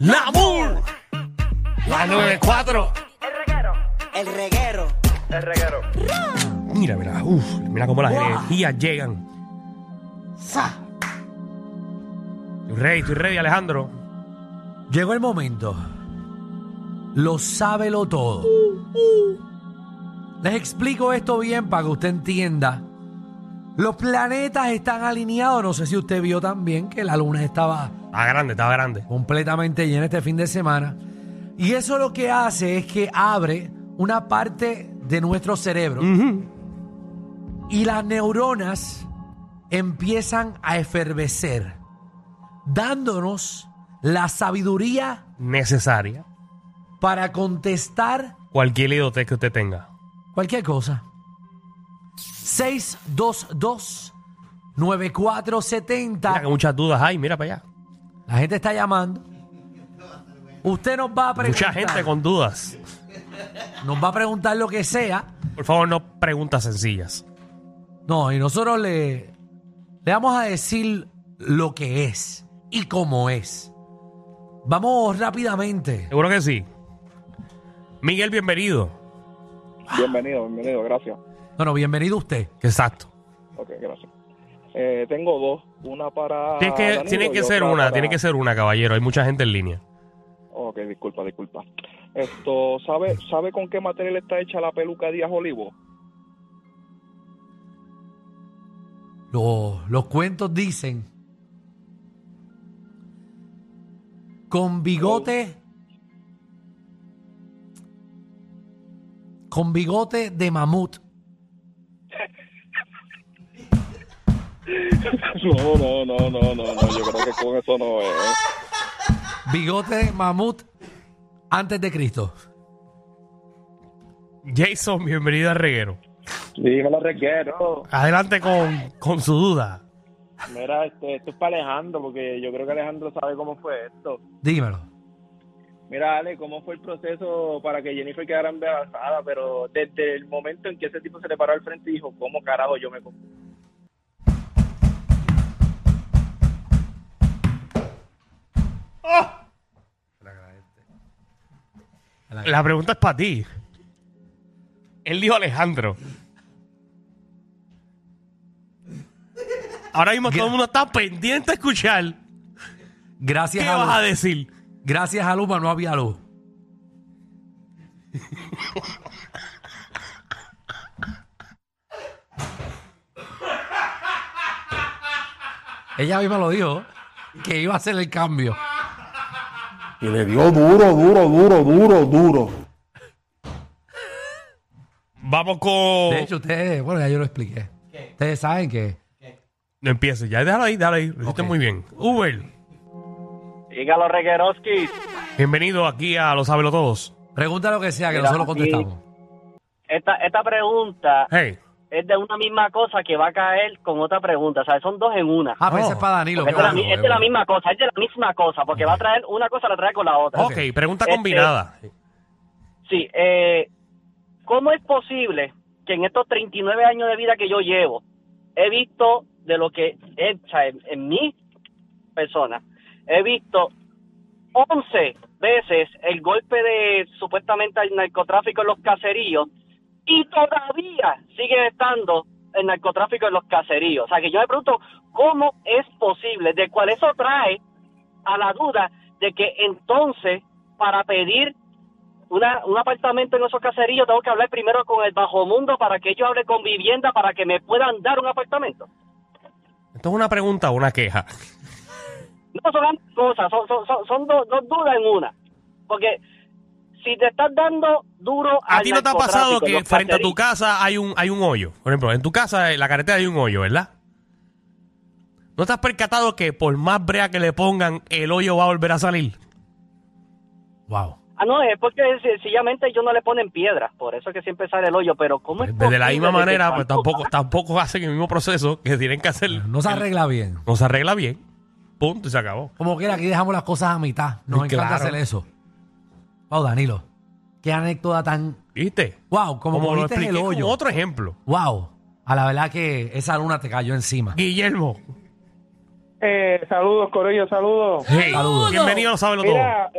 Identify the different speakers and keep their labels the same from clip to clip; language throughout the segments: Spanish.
Speaker 1: Namur. La 94.
Speaker 2: El reguero.
Speaker 1: Mira, mira, uf, mira cómo las energías llegan. Estoy ready, estoy ready, Alejandro.
Speaker 3: Llegó el momento. Lo sábelo todo. Les explico esto bien para que usted entienda. Los planetas están alineados. No sé si usted vio también que la luna estaba
Speaker 1: Está grande, está grande.
Speaker 3: completamente llena este fin de semana. Y eso lo que hace es que abre una parte de nuestro cerebro. Y las neuronas empiezan a efervecer, dándonos la sabiduría
Speaker 1: Necesaria.
Speaker 3: para contestar
Speaker 1: Cualquier idiotez que usted tenga.
Speaker 3: cualquier cosa. 622-9470.
Speaker 1: Mira que muchas dudas hay, mira para allá.
Speaker 3: La gente está llamando. Usted nos va a preguntar.
Speaker 1: Mucha gente con dudas.
Speaker 3: Nos va a preguntar lo que sea.
Speaker 1: Por favor, no preguntas sencillas.
Speaker 3: No, y nosotros le, le vamos a decir lo que es y cómo es. Vamos rápidamente.
Speaker 1: Seguro que sí. Miguel, bienvenido.
Speaker 4: Bienvenido, bienvenido, gracias.
Speaker 3: Bueno, bienvenido usted.
Speaker 1: Exacto.
Speaker 4: Ok, gracias. Eh, tengo dos, una para.
Speaker 1: Tienes que,
Speaker 4: Ah, Danilo
Speaker 1: tiene que
Speaker 4: y
Speaker 1: ser
Speaker 4: otra
Speaker 1: una,
Speaker 4: para-
Speaker 1: tiene que ser una, caballero. Hay mucha gente en línea.
Speaker 4: Ok, disculpa, disculpa. Esto, ¿sabe, ¿sabe con qué material está hecha la peluca Díaz Olivo?
Speaker 3: Lo- los cuentos dicen con bigote con bigote de mamut
Speaker 4: No, no, no, no, no, no, yo creo que con eso no es.
Speaker 3: bigote de mamut antes de Cristo
Speaker 1: Jason, bienvenido a Reguero.
Speaker 4: Dígalo, requiero.
Speaker 1: Adelante con, con su duda.
Speaker 4: Mira, este, esto es para Alejandro, porque yo creo que Alejandro sabe cómo fue esto.
Speaker 3: dímelo
Speaker 4: Mira, Ale, ¿cómo fue el proceso para que Jennifer quedara embarazada? Pero desde el momento en que ese tipo se le paró al frente y dijo, ¿cómo carajo yo me
Speaker 1: La pregunta es para ti. Él dijo Alejandro. Ahora mismo todo el mundo está pendiente a escuchar
Speaker 3: gracias
Speaker 1: qué
Speaker 3: a
Speaker 1: vas a
Speaker 3: Lu-
Speaker 1: decir.
Speaker 3: gracias a Luma no había luz ella misma lo dijo que iba a hacer el cambio
Speaker 5: Y le dio duro, duro, duro, duro, duro.
Speaker 1: Vamos con.
Speaker 3: De hecho, ustedes, bueno, ya yo lo expliqué. Ustedes saben que
Speaker 1: No empieces, ya déjalo ahí, déjalo ahí. Lo hiciste
Speaker 3: Ok.
Speaker 1: muy bien. Uber,
Speaker 4: Dígalo, Regueroski.
Speaker 1: bienvenido aquí a Lo Sábelo Todos.
Speaker 3: pregunta lo que sea, que
Speaker 6: Mira,
Speaker 3: nosotros
Speaker 6: aquí-
Speaker 3: contestamos.
Speaker 6: Esta, esta pregunta
Speaker 1: Hey,
Speaker 6: es de una misma cosa que va a caer con otra pregunta. O sea, son dos en una.
Speaker 3: Ah,
Speaker 1: no.
Speaker 3: pero ese es para Danilo.
Speaker 6: Porque
Speaker 3: qué
Speaker 6: es de, la,
Speaker 3: bueno,
Speaker 6: mi-
Speaker 3: qué
Speaker 6: es de la
Speaker 3: bueno.
Speaker 6: misma cosa, es de la misma cosa. Porque va a traer una cosa, la trae con la otra.
Speaker 1: ok,
Speaker 3: Ok.
Speaker 1: pregunta
Speaker 6: Este-
Speaker 1: combinada.
Speaker 6: Sí, eh, ¿cómo es posible que en estos 39 años de vida que yo llevo he visto de lo que he hecho en, en mi persona? He visto 11 veces el golpe de supuestamente al narcotráfico en los caseríos y todavía sigue estando el narcotráfico en los caseríos. O sea, que yo me pregunto, ¿cómo es posible? De cuál eso trae a la duda de que entonces para pedir una, un apartamento en esos caseríos, tengo que hablar primero con el bajo mundo para que ellos hablen con vivienda para que me puedan dar un apartamento.
Speaker 1: Esto es una pregunta o una queja.
Speaker 6: No son ambas cosas, son, son, son, son dos, dos dudas en una. Porque si te estás dando duro
Speaker 1: ¿A
Speaker 6: al
Speaker 1: ti no te ha pasado
Speaker 6: narcotráfico en
Speaker 1: que
Speaker 6: los
Speaker 1: frente a tu
Speaker 6: caseríos-
Speaker 1: casa hay un, hay un hoyo? Por ejemplo, en tu casa, en la carretera hay un hoyo, ¿verdad? ¿No te has percatado que por más brea que le pongan, el hoyo va a volver a salir?
Speaker 3: Wow.
Speaker 6: Ah, no, es porque sencillamente ellos no le ponen piedras, por eso es que siempre sale el hoyo, pero ¿cómo es
Speaker 1: De Pues, la
Speaker 6: posible
Speaker 1: misma
Speaker 6: de que
Speaker 1: manera, pues
Speaker 6: tanto-
Speaker 1: tampoco, tampoco hacen el mismo proceso que tienen que hacer.
Speaker 3: No se arregla bien.
Speaker 1: No se arregla bien. Punto y se acabó.
Speaker 3: Como quiera, aquí dejamos las cosas a mitad. Nos
Speaker 1: Y
Speaker 3: encanta
Speaker 1: claro.
Speaker 3: hacer eso. Wow, Danilo. Qué anécdota tan.
Speaker 1: ¿Viste?
Speaker 3: Wow, como,
Speaker 1: lo
Speaker 3: cogiste
Speaker 1: expliqué
Speaker 3: el
Speaker 1: con
Speaker 3: hoyo.
Speaker 1: otro ejemplo.
Speaker 3: Wow. A la verdad que esa luna te cayó encima.
Speaker 1: Guillermo,
Speaker 4: Eh, saludos, Corillo, saludos.
Speaker 1: Hey,
Speaker 3: Saludos.
Speaker 1: bienvenido a Lo Sábelo Todo.
Speaker 4: Mira,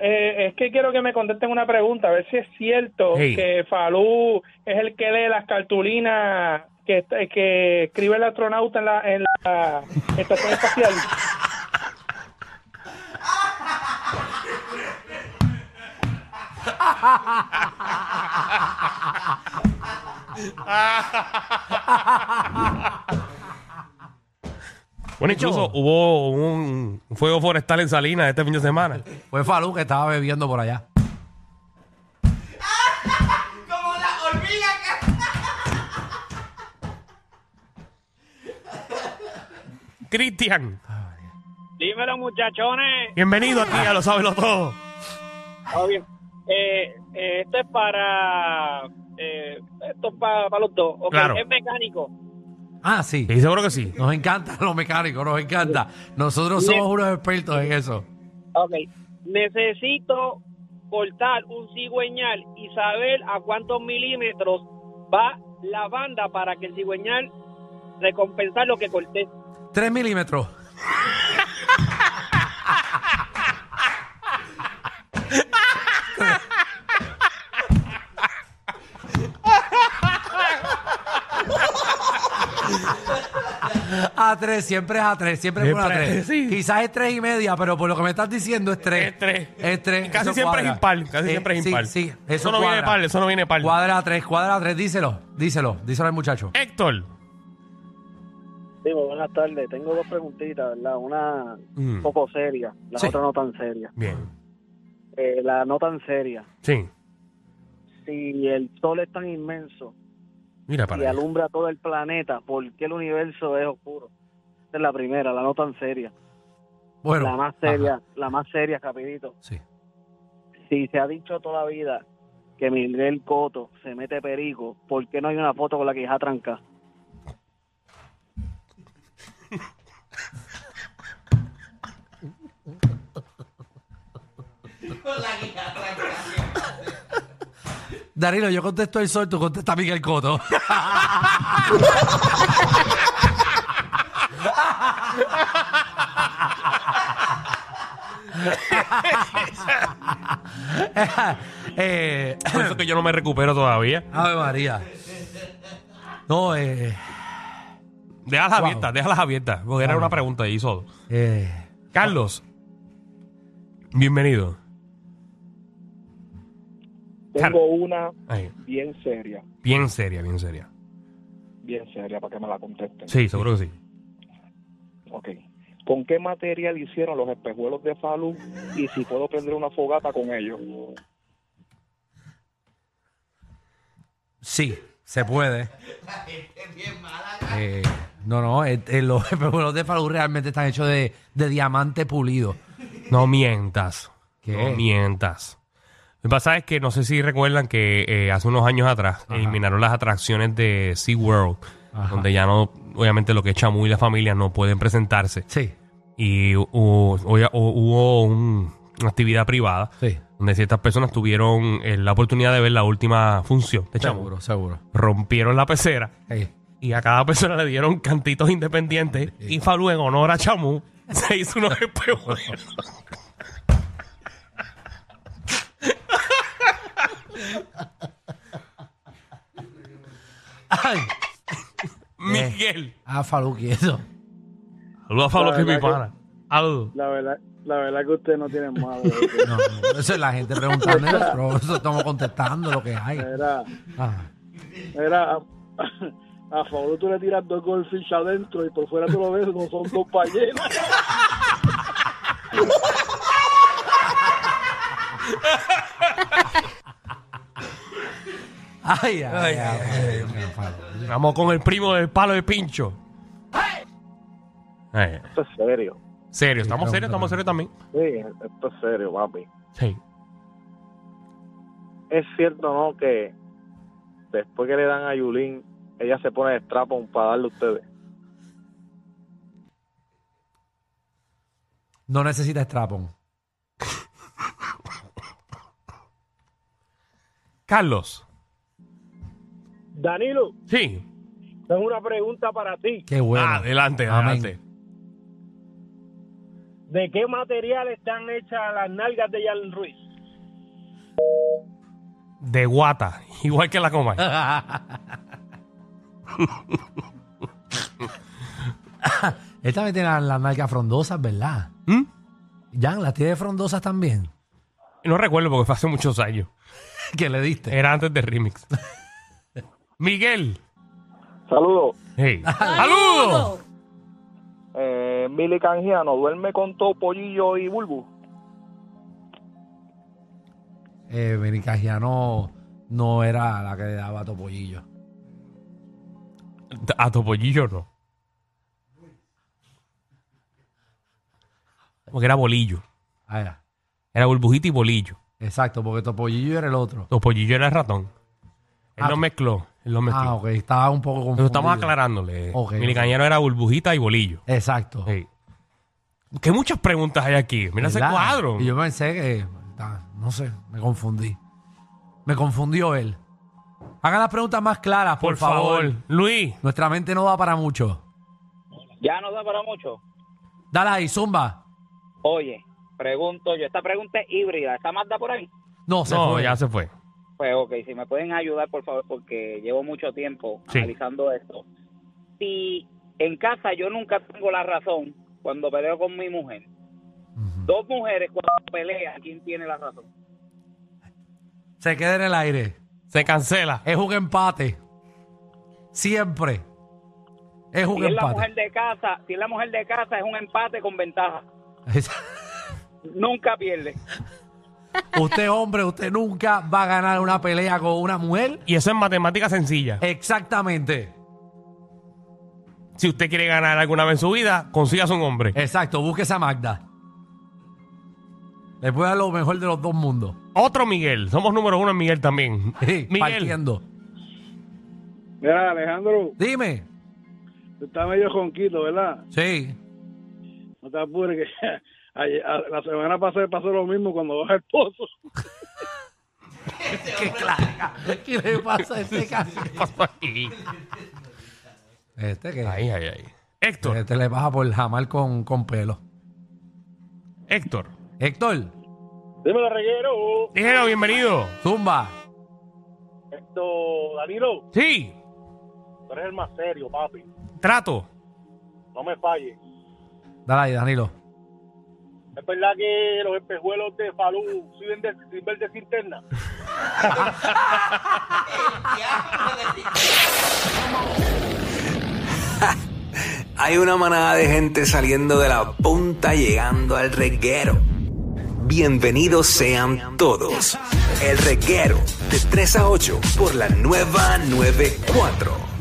Speaker 4: eh, es que quiero que me contesten una pregunta, a ver si es cierto
Speaker 1: Hey.
Speaker 4: que Falú es el que lee las cartulinas que, está- que escribe el astronauta en la, en la estación espacial.
Speaker 1: Bueno, incluso hubo un fuego forestal en Salinas este fin de semana.
Speaker 3: Fue Falú que estaba bebiendo por allá.
Speaker 1: Cristian,
Speaker 7: Dímelo, muchachones.
Speaker 1: bienvenido aquí a Lo Sábelo Todo.
Speaker 7: Obvio. Eh, eh, esto es para. eh, esto es para, los dos. Ok,
Speaker 1: Claro.
Speaker 7: Es mecánico.
Speaker 3: Ah, sí.
Speaker 1: Y seguro que sí.
Speaker 3: Nos encantan los mecánicos, nos encanta. Nosotros somos unos expertos en eso.
Speaker 7: Ok. Necesito cortar un cigüeñal y saber a cuántos milímetros va la banda para que el cigüeñal recompensar lo que corté.
Speaker 3: Tres milímetros. A tres, siempre es a tres, siempre es una
Speaker 1: Siempre,
Speaker 3: tres.
Speaker 1: sí.
Speaker 3: Quizás es tres y media, pero por lo que me estás diciendo es tres.
Speaker 1: Es tres.
Speaker 3: Es tres.
Speaker 1: Y casi
Speaker 3: eso
Speaker 1: siempre
Speaker 3: cuadra.
Speaker 1: es impar, casi
Speaker 3: Eh,
Speaker 1: siempre es
Speaker 3: sí,
Speaker 1: impar.
Speaker 3: Sí, eso,
Speaker 1: no viene
Speaker 3: cuadra.
Speaker 1: par, eso no viene par.
Speaker 3: Cuadra a tres, cuadra a tres, díselo, díselo, díselo al muchacho.
Speaker 1: Héctor.
Speaker 6: Digo, buenas tardes. Tengo dos preguntitas, ¿verdad? Una
Speaker 1: Mm,
Speaker 6: un poco seria, la
Speaker 3: Sí.
Speaker 6: otra no tan seria.
Speaker 1: Bien.
Speaker 6: Eh, la no tan seria.
Speaker 1: Sí.
Speaker 6: Si el sol es tan inmenso
Speaker 1: Mira
Speaker 6: y
Speaker 1: para allá.
Speaker 6: alumbra todo el planeta, ¿por qué el universo es oscuro? Esa es la primera, la no tan seria.
Speaker 3: Bueno.
Speaker 6: la más seria, la más seria, rapidito.
Speaker 3: Ajá, sí.
Speaker 6: Si se ha dicho toda la vida que Miguel Coto se mete perico, ¿por qué no hay una foto con la que hija tranca?
Speaker 3: Darilo, yo contesto el sol, tú contestas Miguel Coto. eh,
Speaker 1: Por eso que yo no me recupero todavía.
Speaker 3: Ave María. No, eh,
Speaker 1: Déjalas
Speaker 3: Wow.
Speaker 1: abiertas, déjalas abiertas. Porque era
Speaker 3: Wow.
Speaker 1: una pregunta y hizo.
Speaker 3: eh,
Speaker 1: Carlos. Bienvenido.
Speaker 4: Tengo una
Speaker 1: Ay,
Speaker 4: bien seria,
Speaker 1: bien seria, bien seria.
Speaker 4: bien seria, para que me la contesten.
Speaker 1: Sí, seguro que sí.
Speaker 4: Ok. ¿Con qué material hicieron los espejuelos de Falú y si puedo prender una fogata con ellos?
Speaker 3: sí, se puede. Eh, no, no, eh, eh, los espejuelos de Falú realmente están hechos de, de diamante pulido.
Speaker 1: No mientas.
Speaker 3: ¿Qué?
Speaker 1: No mientas. Lo que pasa es que no sé si recuerdan que eh, hace unos años atrás eliminaron las atracciones de SeaWorld,
Speaker 3: Ajá.
Speaker 1: donde ya no, obviamente lo que es Chamu y la familia no pueden presentarse.
Speaker 3: Sí,
Speaker 1: Y hu- hu- oye, hu- hubo un- una actividad privada
Speaker 3: sí.
Speaker 1: donde ciertas personas tuvieron eh, la oportunidad de ver la última función de Chamu.
Speaker 3: Seguro, seguro.
Speaker 1: Rompieron la pecera
Speaker 3: Ey.
Speaker 1: y a cada persona le dieron cantitos independientes y Falú en honor a Chamu se hizo unos
Speaker 3: Eh.
Speaker 1: espejuelos.
Speaker 3: Ay,
Speaker 1: Miguel.
Speaker 3: ah, Falú, quieto.
Speaker 1: Saludos a Pablo,
Speaker 6: La
Speaker 1: que es mi
Speaker 6: verdad que-
Speaker 1: pana. Saludos.
Speaker 6: La verdad, la verdad que usted no tiene madre.
Speaker 3: No, no, eso es la gente preguntando, y nosotros estamos contestando lo que hay.
Speaker 6: Era,
Speaker 3: Ah.
Speaker 6: era a, a favor tú le tiras dos goldfish adentro y por fuera tú lo ves, no son compañeros.
Speaker 3: Ay, ay,
Speaker 1: Ay,
Speaker 3: ay, ay, Dios mío, Falú.
Speaker 1: Vamos con el primo del palo de pincho. Ay,
Speaker 6: Esto es serio.
Speaker 1: serio,
Speaker 3: Sí,
Speaker 1: estamos serios,
Speaker 3: pregunta,
Speaker 1: estamos serios también.
Speaker 6: Sí, esto es serio, papi.
Speaker 1: Sí.
Speaker 6: Es cierto, ¿no? Que después que le dan a Yulín, ella se pone de strapón para darle a ustedes.
Speaker 3: No necesita strapón.
Speaker 1: Carlos.
Speaker 6: Danilo,
Speaker 1: Sí.
Speaker 6: tengo una pregunta para ti.
Speaker 3: Qué bueno.
Speaker 1: adelante,
Speaker 3: Amén.
Speaker 1: adelante.
Speaker 8: ¿De qué material están hechas las nalgas de Jalen Ruiz?
Speaker 1: De guata, igual que la coma.
Speaker 3: Esta me tiene las las nalgas frondosas, ¿verdad?
Speaker 1: ¿Mm?
Speaker 3: Jan, ¿las tiene frondosas también?
Speaker 1: No recuerdo porque fue hace muchos años.
Speaker 3: ¿Qué le diste?
Speaker 1: Era antes de Remix. Miguel.
Speaker 4: Saludos.
Speaker 1: Hey. ¡Saludos!
Speaker 4: Eh, Mili Canjiano, ¿duerme con todo pollillo y bulbu?
Speaker 3: Eh, Benicajiano no era la que le daba topollillo.
Speaker 1: A Topollillo no. Porque era bolillo.
Speaker 3: Ah, ya.
Speaker 1: Era burbujita y bolillo.
Speaker 3: Exacto, porque topollillo era el otro.
Speaker 1: Topollillo era ratón. Él
Speaker 3: Ah,
Speaker 1: lo mezcló. Él lo mezcló.
Speaker 3: Ah, ok, estaba un poco
Speaker 1: Eso
Speaker 3: confundido.
Speaker 1: estamos aclarándole.
Speaker 3: Ok,
Speaker 1: Mili
Speaker 3: ok.
Speaker 1: Cañero era burbujita y bolillo.
Speaker 3: Exacto.
Speaker 1: Sí. Que muchas preguntas hay aquí. Mira ese
Speaker 3: ¿Verdad?
Speaker 1: cuadro.
Speaker 3: Y yo pensé que, ah, no sé, me confundí. Me confundió él. Hagan las preguntas más claras, por, favor.
Speaker 1: Luis.
Speaker 3: Nuestra mente no da para mucho.
Speaker 7: Ya no da para mucho.
Speaker 3: Dale ahí, zumba.
Speaker 7: Oye, pregunto yo, esta pregunta es híbrida, ¿está Magda por ahí?
Speaker 3: No, se
Speaker 1: no,
Speaker 3: fue.
Speaker 1: ya se fue.
Speaker 7: Pues ok, si me pueden ayudar por favor, porque llevo mucho tiempo
Speaker 1: Sí.
Speaker 7: analizando esto. Si en casa yo nunca tengo la razón cuando peleo con mi mujer,
Speaker 3: Ujú.
Speaker 7: dos mujeres cuando pelean, ¿quién tiene la razón?
Speaker 3: Se queda en el aire.
Speaker 1: Se cancela.
Speaker 3: Es un empate. Siempre. Es un
Speaker 7: Si es la mujer
Speaker 3: empate.
Speaker 7: de casa, si es la mujer de casa es un empate con ventaja, nunca pierde.
Speaker 3: usted, hombre, usted nunca va a ganar una pelea con una mujer.
Speaker 1: Y eso es matemática
Speaker 3: Eh.
Speaker 1: sencilla.
Speaker 3: Exactamente.
Speaker 1: Si usted quiere ganar alguna vez en su vida, consigas un hombre.
Speaker 3: Exacto, búsquese a Magda. Le puede dar lo mejor de los dos mundos.
Speaker 1: Otro Miguel. Somos número uno en Miguel también.
Speaker 3: Sí,
Speaker 1: Miguel.
Speaker 3: partiendo.
Speaker 4: Mira, Alejandro,
Speaker 3: Dime.
Speaker 4: tú estás medio jonquito, ¿verdad?
Speaker 3: Sí.
Speaker 4: No te apures, que ayer- a- la semana pasada pasó lo mismo cuando vas al pozo.
Speaker 3: Qué clara. ¿Qué le pasa a este ca-
Speaker 1: ¿Qué pasó aquí?
Speaker 3: Este que
Speaker 1: Ahí, ahí, ahí. Héctor.
Speaker 3: este le pasa por jamar con, con pelo.
Speaker 1: Héctor.
Speaker 3: Héctor,
Speaker 4: Dímelo, reguero.
Speaker 1: Dígelo, bienvenido.
Speaker 3: zumba.
Speaker 4: Esto, Danilo,
Speaker 1: Sí.
Speaker 4: tú eres el más serio, papi.
Speaker 1: Trato.
Speaker 4: No me falles.
Speaker 3: Dale ahí, Danilo.
Speaker 4: Es verdad que los espejuelos de Falú sirven de, sirven de cinterna.
Speaker 9: Hay una manada de gente saliendo de la punta llegando al reguero. Bienvenidos sean todos. El reguero de 3 a 8 por la nueva 94.